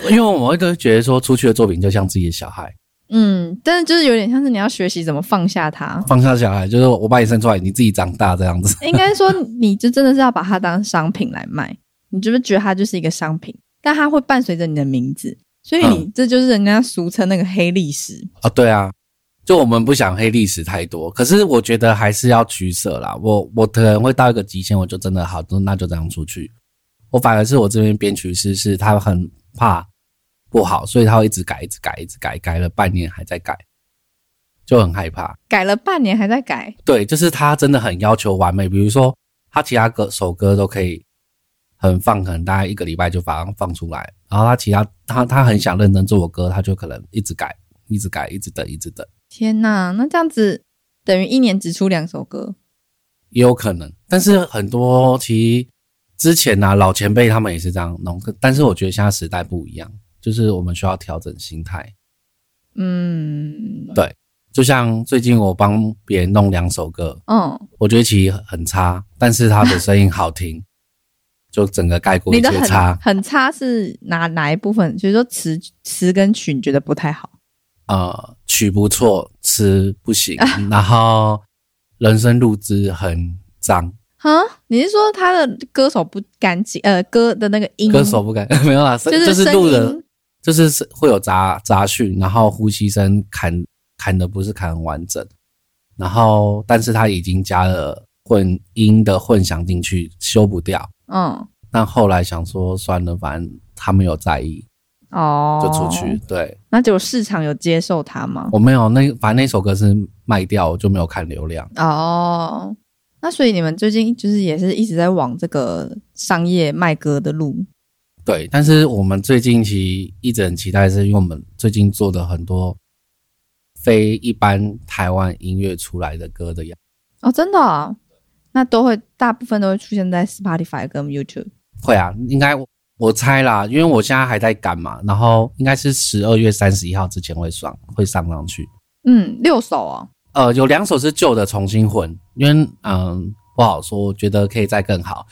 Speaker 2: 因为我们会都觉得说，出去的作品就像自己的小孩，，
Speaker 1: 嗯，但是就是有点像是你要学习怎么放下它
Speaker 2: 放下小孩，就是我把你生出来，你自己长大这样子。
Speaker 1: 应该说你就真的是要把它当商品来卖，你就是觉得它就是一个商品，但它会伴随着你的名字，所以
Speaker 2: 嗯
Speaker 1: 你、这就是人家俗称那个黑历史，
Speaker 2: 啊，对啊，就我们不想黑历史太多，可是我觉得还是要取舍啦。我我可能会到一个极限，我就真的好，那就这样出去。我反而是我这边编曲师是他很怕不好，所以他会一直改，一直改，一直改，改了半年还在改，就很害怕。
Speaker 1: 改了半年还在改，
Speaker 2: 对，就是他真的很要求完美，比如说他其他歌首歌都可以很放，可能大概一个礼拜就把它放出来，然后他其他他他很想认真做我歌，他就可能一直改，一直改，一直等，一直等。
Speaker 1: 天呐，那这样子等于一年只出两首歌，
Speaker 2: 也有可能。但是很多其实之前啊，老前辈他们也是这样弄，但是我觉得现在时代不一样，就是我们需要调整心态。
Speaker 1: 嗯，
Speaker 2: 就像最近我帮别人弄两首歌，
Speaker 1: 嗯，
Speaker 2: 我觉得其实很差，但是他的声音
Speaker 1: [LAUGHS]
Speaker 2: 好听，就整个盖过
Speaker 1: 你
Speaker 2: 一
Speaker 1: 的
Speaker 2: 切差
Speaker 1: 很。很差是哪哪一部分？就是说词词跟曲你觉得不太好，
Speaker 2: 呃，曲不错，词不
Speaker 1: [LAUGHS]
Speaker 2: 行，然后人生路之很脏，
Speaker 1: 哈，你是说他的歌手不干净？呃，歌的那个音，
Speaker 2: 歌手不敢 [LAUGHS] 没有啦，声
Speaker 1: 就是
Speaker 2: 就是
Speaker 1: 声
Speaker 2: 路人
Speaker 1: 音，
Speaker 2: 就是是会有杂杂讯，然后呼吸声砍砍的不是砍很完整，然后但是他已经加了混音的混响进去，修不掉。
Speaker 1: 嗯，
Speaker 2: 但后来想说算了，反正他没有在意，
Speaker 1: 哦，
Speaker 2: 就出去。。对
Speaker 1: 那就市场有接受他吗？
Speaker 2: 我没有那，反正那首歌是卖掉，我就没有看流量。
Speaker 1: 哦，那所以你们最近就是也是一直在往这个商业卖歌的路，
Speaker 2: 对，但是我们最近其实一直很期待，是因为我们最近做的很多非一般台湾音乐出来的歌的样子
Speaker 1: 哦，真的、啊，那都会大部分都会出现在 Spotify 跟 YouTube。
Speaker 2: 会啊，应该我我猜啦，因为我现在还在赶嘛，然后应该是十二月三十一号之前会上会上上去。
Speaker 1: 嗯，六首哦，
Speaker 2: 呃，有两首是旧的重新混，因为嗯、不好说，我觉得可以再更好，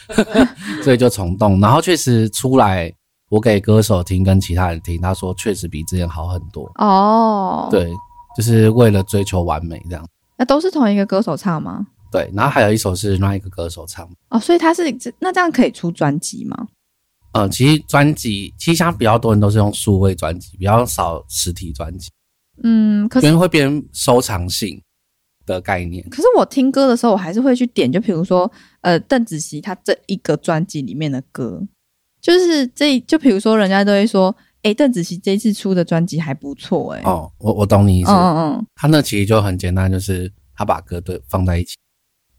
Speaker 2: 所以就重动。然后确实出来，我给歌手听跟其他人听，他说确实比之前好很多。
Speaker 1: 哦，，
Speaker 2: 对，就是为了追求完美这样。
Speaker 1: 那都是同一个歌手唱吗？
Speaker 2: 对，然后还有一首是另外一个歌手唱。
Speaker 1: 哦，所以他是那这样可以出专辑吗？
Speaker 2: 呃，其实专辑，其实现在比较多人都是用数位专辑，比较少实体专辑。
Speaker 1: 嗯，可是
Speaker 2: 因为会变成收藏性。的概念。
Speaker 1: 可是我听歌的时候，我还是会去点，就比如说，呃，邓紫棋她这一个专辑里面的歌，就是这就比如说，人家都会说，诶，邓紫棋这一次出的专辑还不错、诶，
Speaker 2: 哦，我我懂你意
Speaker 1: 嗯
Speaker 2: 思。
Speaker 1: 嗯嗯，
Speaker 2: 他那其实就很简单，就是他把歌对放在一起，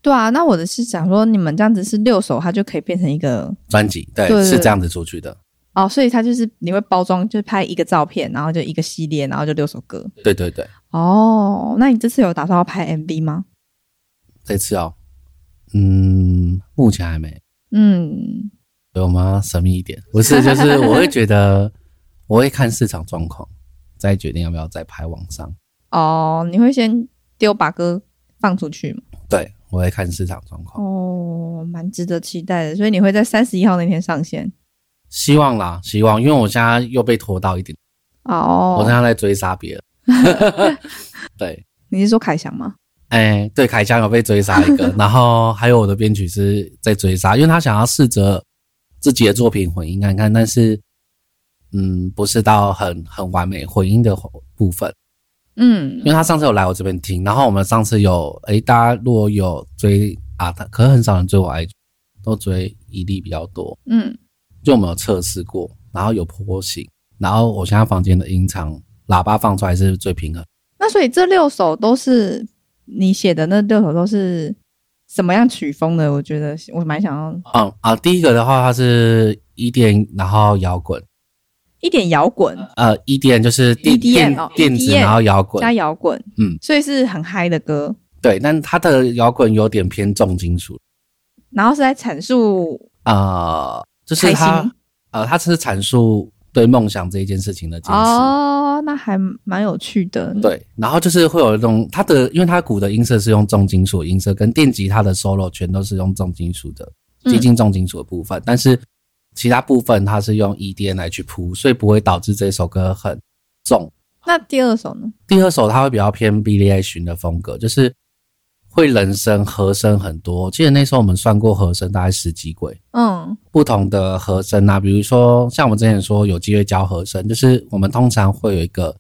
Speaker 1: 对啊。那我的是想说，你们这样子是六首，它就可以变成一个
Speaker 2: 专辑对
Speaker 1: 对对
Speaker 2: 是这样子出去的。
Speaker 1: 哦，所以它就是你会包装，就是拍一个照片，然后就一个系列，然后就六首歌。
Speaker 2: 对对对，
Speaker 1: 哦，那你这次有打算要拍 MV 吗？
Speaker 2: 这次哦，嗯，目前还没，
Speaker 1: 嗯，
Speaker 2: 所以我们要神秘一点。不是，就是我会
Speaker 1: [LAUGHS]
Speaker 2: 觉得，我会看市场状况，再决定要不要再拍网上。
Speaker 1: 哦，你会先丢把歌放出去吗？
Speaker 2: 对，我会看市场状况，
Speaker 1: 哦，蛮值得期待的。所以你会在三十一号那天上线。
Speaker 2: 希望啦，希望，因为我现在又被拖到一点，我现
Speaker 1: 哦，
Speaker 2: 在在追杀别人。
Speaker 1: [LAUGHS]
Speaker 2: 对，
Speaker 1: 你是说凯翔吗？
Speaker 2: 哎、对，凯翔有被追杀一个，然后还有我的编曲师在追杀，因为他想要试着自己的作品混音看看，但是，嗯，不是到很很完美混音的部分，
Speaker 1: 嗯
Speaker 2: 因，为他上次有来我这边听，然后我们上次有，哎、大家如果有追啊，他可能很少人追我 IG，都追一粒比较多，
Speaker 1: 嗯，
Speaker 2: 就我们有测试过，然后有波形，然后我现在房间的音场喇叭放出来是最平衡。
Speaker 1: 那所以这六首都是你写的，那六首都是什么样曲风的？我觉得我蛮想要
Speaker 2: 嗯啊，第一个的话它是 EDM，然后摇滚，
Speaker 1: 一点摇滚
Speaker 2: 呃，EDM 就是电
Speaker 1: EDM
Speaker 2: 电
Speaker 1: 哦
Speaker 2: 电子，
Speaker 1: EDM
Speaker 2: 然后摇滚
Speaker 1: 加，摇滚，
Speaker 2: 嗯，
Speaker 1: 所以是很嗨的歌，
Speaker 2: 对，但它的摇滚有点偏重金属，
Speaker 1: 然后是在阐述
Speaker 2: 呃，就是
Speaker 1: 开
Speaker 2: 它
Speaker 1: 心
Speaker 2: 呃，它是阐述对梦想这一件事情的坚持。
Speaker 1: 哦，那还蛮有趣的。，
Speaker 2: 对，然后就是会有一种它的，因为它鼓的音色是用重金属音色，跟电吉他的 solo 全都是用重金属的，
Speaker 1: 嗯
Speaker 2: 接近重金属的部分，但是其他部分它是用 EDM 来去铺，所以不会导致这首歌很重。
Speaker 1: 那第二首呢？
Speaker 2: 第二首它会比较偏 Billie Eilish 的风格，就是会人声和声很多。记得那时候我们算过和声大概十几轨，
Speaker 1: 嗯
Speaker 2: 不同的和声啊，比如说像我们之前说有机会教和声，就是我们通常会有一个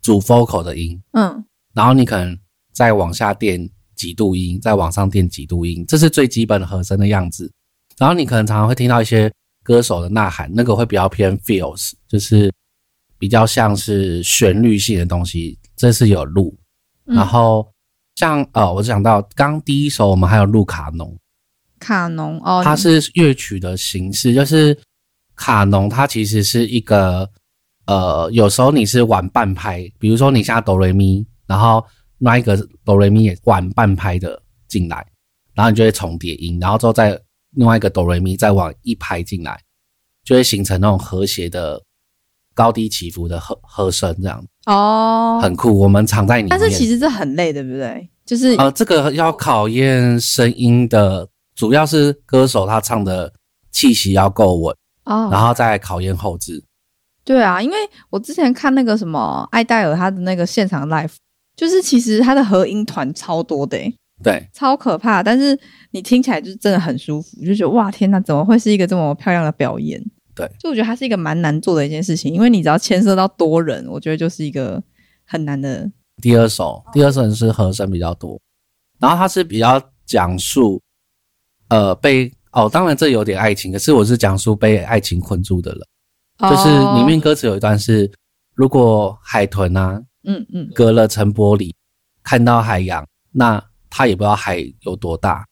Speaker 2: 主 vocal 的音，
Speaker 1: 嗯
Speaker 2: 然后你可能再往下垫几度音，再往上垫几度音，这是最基本的和声的样子。然后你可能常常会听到一些歌手的呐喊，那个会比较偏 feels，就是比较像是旋律性的东西，这是有录。
Speaker 1: 嗯
Speaker 2: 然后像呃，我想到刚第一首我们还有录卡农，
Speaker 1: 卡农哦，
Speaker 2: 它是乐曲的形式，就是卡农它其实是一个呃，有时候你是晚半拍，比如说你现在哆瑞咪，然后那一个哆瑞咪也晚半拍的进来，然后你就会重叠音，然后之后再另外一个哆瑞咪再往一拍进来，就会形成那种和谐的高低起伏的和和声，这样
Speaker 1: 哦，
Speaker 2: 很酷。我们藏在里面，
Speaker 1: 但是其实这很累，对不对？就是
Speaker 2: 呃，这个要考验声音的，主要是歌手他唱的气息要够稳，然
Speaker 1: 哦，
Speaker 2: 后再考验后置。
Speaker 1: 对啊，因为我之前看那个什么艾戴尔他的那个现场 live，就是其实他的合音团超多的、欸，
Speaker 2: 对，
Speaker 1: 超可怕。但是你听起来就是真的很舒服，就觉得哇天哪，怎么会是一个这么漂亮的表演？
Speaker 2: 对，
Speaker 1: 就我觉得它是一个蛮难做的一件事情，因为你只要牵涉到多人，我觉得就是一个很难的。
Speaker 2: 第二首，第二首是和声比较多，然后它是比较讲述，呃，被哦，当然这有点爱情，可是我是讲述被爱情困住的人，
Speaker 1: 哦
Speaker 2: 就是里面歌词有一段是，如果海豚啊
Speaker 1: 嗯嗯
Speaker 2: 隔了层玻璃看到海洋，那他也不知道海有多大，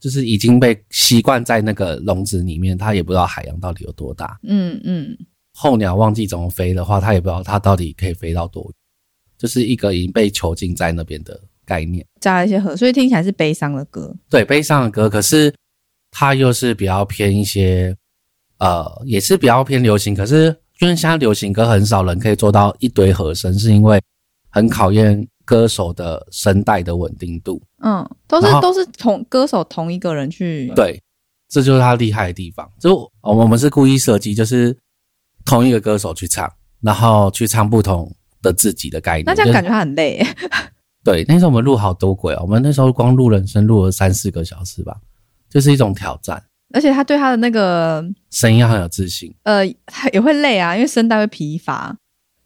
Speaker 2: 就是已经被习惯在那个笼子里面，他也不知道海洋到底有多大。
Speaker 1: 嗯嗯，
Speaker 2: 候鸟忘记怎么飞的话，他也不知道它到底可以飞到多远，就是一个已经被囚禁在那边的概念。
Speaker 1: 加了一些和，所以听起来是悲伤的歌。
Speaker 2: 对，悲伤的歌，可是它又是比较偏一些，呃，也是比较偏流行。可是因为现在流行歌很少人可以做到一堆和声，是因为很考验歌手的声带的稳定度。
Speaker 1: 嗯，都是
Speaker 2: 然后
Speaker 1: 都是同歌手同一个人去
Speaker 2: 对，这就是他厉害的地方。就我们我们是故意设计，就是同一个歌手去唱，然后去唱不同的自己的概念。
Speaker 1: 那这样
Speaker 2: 就是
Speaker 1: 感觉他很累，欸
Speaker 2: 对，那时候我们录好多轨哦，我们那时候光录人声录了三四个小时吧，就是一种挑战。
Speaker 1: [LAUGHS] 而且他对他的那个
Speaker 2: 声音要很有自信，
Speaker 1: 呃也会累啊，因为声带会疲乏。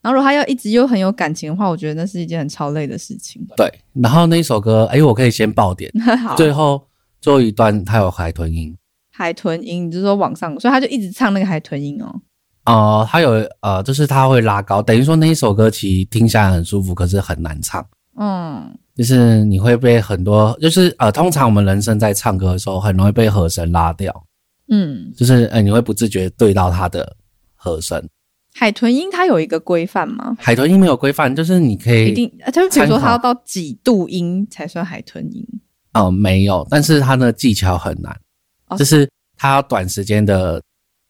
Speaker 1: 然后如果他要一直又很有感情的话，我觉得那是一件很超累的事情。
Speaker 2: 对，然后那一首歌，哎，我可以先爆点，
Speaker 1: 好，
Speaker 2: 最后最后一段它有海豚音，
Speaker 1: 海豚音，你就说往上，所以他就一直唱那个海豚音哦。
Speaker 2: 呃，它有呃，就是它会拉高，等于说那一首歌其实听下来很舒服，可是很难唱，
Speaker 1: 嗯，
Speaker 2: 就是你会被很多，就是呃，通常我们人声在唱歌的时候，很容易被和声拉掉，
Speaker 1: 嗯，
Speaker 2: 就是呃，你会不自觉对到它的和声。
Speaker 1: 海豚音它有一个规范吗？
Speaker 2: 海豚音没有规范，就是你可
Speaker 1: 一
Speaker 2: 以
Speaker 1: 定，呃就是比如说
Speaker 2: 参考
Speaker 1: 它要到几度音才算海豚音？
Speaker 2: 呃没有，但是它的技巧很难，
Speaker 1: 哦
Speaker 2: 就是它要短时间的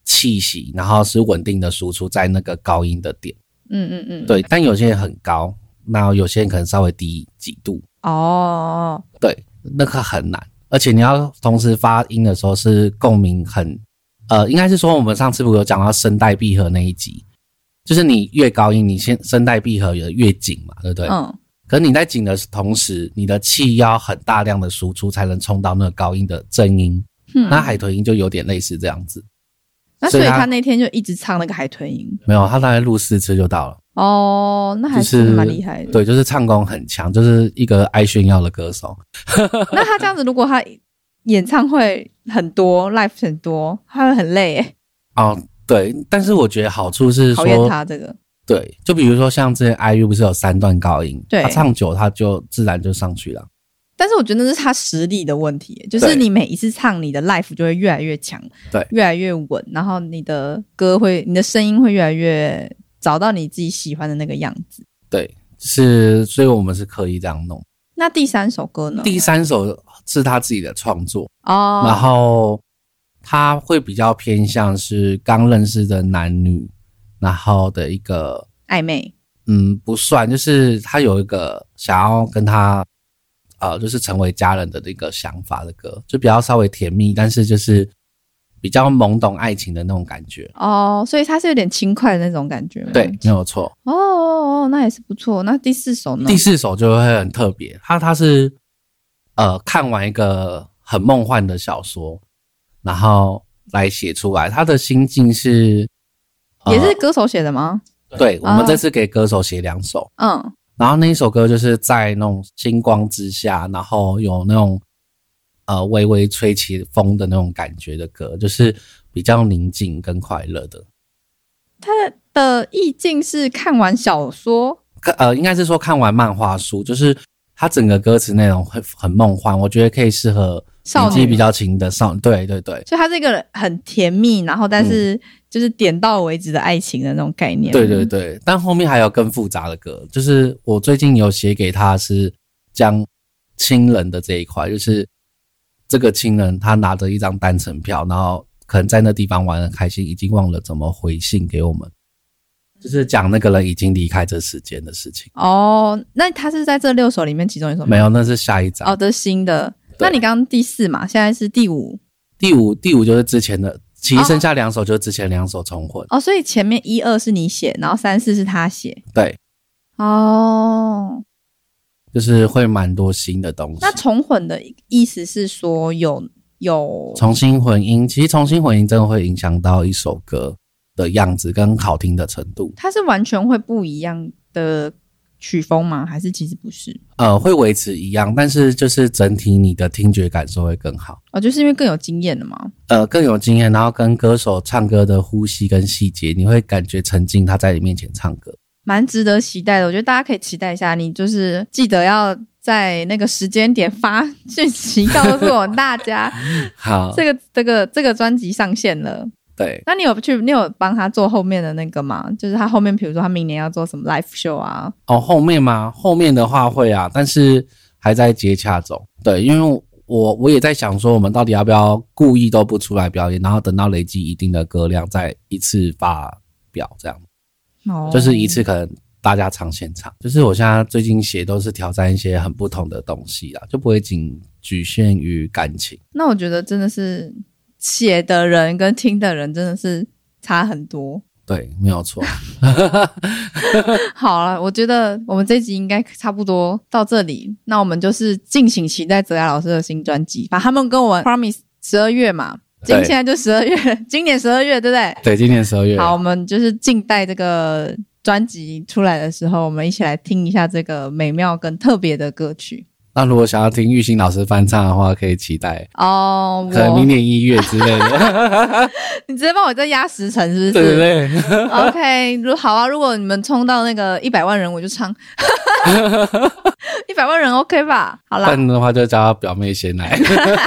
Speaker 2: 气息，然后是稳定的输出在那个高音的点。
Speaker 1: 嗯嗯嗯，，
Speaker 2: 对，但有些人很高，那有些人可能稍微低几度，
Speaker 1: 哦，
Speaker 2: 对，那个很难，而且你要同时发音的时候是共鸣很，呃，应该是说我们上次不是有讲到声带闭合那一集，就是你越高音，你先声带闭合也越紧嘛，对不对？
Speaker 1: 嗯，
Speaker 2: 可是你在紧的同时，你的气要很大量的输出，才能冲到那个高音的正音。
Speaker 1: 嗯
Speaker 2: 那海豚音就有点类似这样子，
Speaker 1: 那所以
Speaker 2: 所以它
Speaker 1: 他那天就一直唱那个海豚音。
Speaker 2: 没有，他大概录四次就到了，
Speaker 1: 哦，那还
Speaker 2: 就是是
Speaker 1: 蛮厉害的。
Speaker 2: 对，就是唱功很强，就是一个爱炫耀的歌手。 [LAUGHS]
Speaker 1: 那他这样子，如果他演唱会很多，live 很多，他会很累耶，
Speaker 2: 哦，对，但是我觉得好处是
Speaker 1: 讨厌
Speaker 2: 说，
Speaker 1: 他这个。
Speaker 2: 对，就比如说像之前 IU 不是有三段高音，
Speaker 1: 对
Speaker 2: 他唱久他就自然就上去了。
Speaker 1: 但是我觉得那是他实力的问题耶，就是
Speaker 2: 对
Speaker 1: 你每一次唱，你的 life 就会越来越强，
Speaker 2: 对
Speaker 1: 越来越稳，然后你的歌会，你的声音会越来越找到你自己喜欢的那个样子。
Speaker 2: 对，是，所以我们是刻意这样弄。
Speaker 1: 那第三首歌呢？
Speaker 2: 第三首是他自己的创作，然
Speaker 1: 哦，
Speaker 2: 后他会比较偏向是刚认识的男女，然后的一个
Speaker 1: 暧昧，
Speaker 2: 嗯不算，就是他有一个想要跟他呃就是成为家人的那个想法的歌，就比较稍微甜蜜，但是就是比较懵懂爱情的那种感觉。
Speaker 1: 哦，所以它是有点轻快的那种感觉吗。
Speaker 2: 对，没有错。
Speaker 1: 哦哦哦，那也是不错。那第四首呢？
Speaker 2: 第四首就会很特别，他他是呃看完一个很梦幻的小说，然后来写出来，他的心境是、呃
Speaker 1: 也是歌手写的吗？
Speaker 2: 对，我
Speaker 1: 啊
Speaker 2: 们这次给歌手写两首，
Speaker 1: 嗯，
Speaker 2: 然后那一首歌就是在那种星光之下，然后有那种呃微微吹起风的那种感觉的歌，就是比较宁静跟快乐的。
Speaker 1: 的意境是看完小说，
Speaker 2: 看呃，应该是说看完漫画书，就是它整个歌词内容会很梦幻，我觉得可以适合
Speaker 1: 少
Speaker 2: 年
Speaker 1: 女
Speaker 2: 纪比较轻的少。对对对
Speaker 1: 所以它是一个很甜蜜，然后但是就是点到为止的爱情的那种概念。
Speaker 2: 嗯对对对，但后面还有更复杂的歌，就是我最近有写给他是将亲人的这一块，就是这个亲人他拿着一张单程票，然后可能在那地方玩的开心，已经忘了怎么回信给我们，就是讲那个人已经离开这世间的事情。
Speaker 1: 哦，那它是在这六首里面其中一首吗
Speaker 2: 没有，那是下一章。
Speaker 1: 哦，这是新的。
Speaker 2: 对
Speaker 1: 那你刚刚第四嘛，现在是第五
Speaker 2: 第五第五就是之前的，其实
Speaker 1: 哦
Speaker 2: 剩下两首就是之前两首重混。
Speaker 1: 哦，所以前面一二是你写，然后三四是他写
Speaker 2: 对，
Speaker 1: 哦。
Speaker 2: 就是会蛮多新的东西。
Speaker 1: 那重混的意思是说有有
Speaker 2: 重新混音，其实重新混音真的会影响到一首歌的样子跟好听的程度。
Speaker 1: 它是完全会不一样的曲风吗？还是其实不是？
Speaker 2: 呃，会维持一样，但是就是整体你的听觉感受会更好，
Speaker 1: 哦，就是因为更有经验了嘛。
Speaker 2: 呃，更有经验，然后跟歌手唱歌的呼吸跟细节，你会感觉沉浸他在你面前唱歌。
Speaker 1: 蛮值得期待的。我觉得大家可以期待一下，你就是记得要在那个时间点发讯息告诉我大
Speaker 2: [LAUGHS]
Speaker 1: 家，
Speaker 2: 好，
Speaker 1: 这个这个这个专辑上线了。
Speaker 2: 对，
Speaker 1: 那你有去你有帮他做后面的那个吗？就是他后面，比如说他明年要做什么 live show 啊？
Speaker 2: 哦，后面吗？后面的话会啊，但是还在接洽中。对，因为我我也在想说，我们到底要不要故意都不出来表演，然后等到累积一定的歌量再一次发表这样。
Speaker 1: 哦
Speaker 2: 就是一次可能大家唱现场。就是我现在最近写都是挑战一些很不同的东西啦，就不会仅局限于感情。
Speaker 1: 那我觉得真的是写的人跟听的人真的是差很多。
Speaker 2: 对，没有错。
Speaker 1: 好了，我觉得我们这集应该差不多到这里。那我们就是敬请期待泽雅老师的新专辑吧。他们跟我 promise 十二月嘛，今 [LAUGHS]
Speaker 2: 对
Speaker 1: 现在就十二月，今年十二月对不对？
Speaker 2: 对，今年十二月，
Speaker 1: 好，我们就是静待这个专辑出来的时候，我们一起来听一下这个美妙跟特别的歌曲
Speaker 2: 那如果想要听玉兴老师翻唱的话，可以期待
Speaker 1: 哦。
Speaker 2: 可能明
Speaker 1: 我
Speaker 2: 年一月之类的，
Speaker 1: 你直接帮我再压十成，是不
Speaker 2: 对
Speaker 1: 是
Speaker 2: 不对？
Speaker 1: o k 如好啊，如果你们冲到那个一百万人，我就唱。 [LAUGHS] 一百万人 OK 吧？好啦，
Speaker 2: 笨的话就叫表妹先来，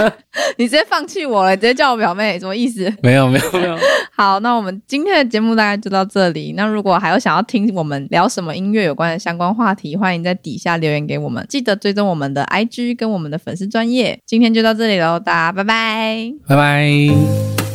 Speaker 2: [LAUGHS]
Speaker 1: 你直接放弃我了，你直接叫我表妹，什么意思？
Speaker 2: 没有没有没有，
Speaker 1: 好，那我们今天的节目大概就到这里。那如果还有想要听我们聊什么音乐有关的相关话题，欢迎在底下留言给我们。记得追踪我们的 IG 跟我们的粉丝专业。今天就到这里喽，大家拜拜。
Speaker 2: 拜拜。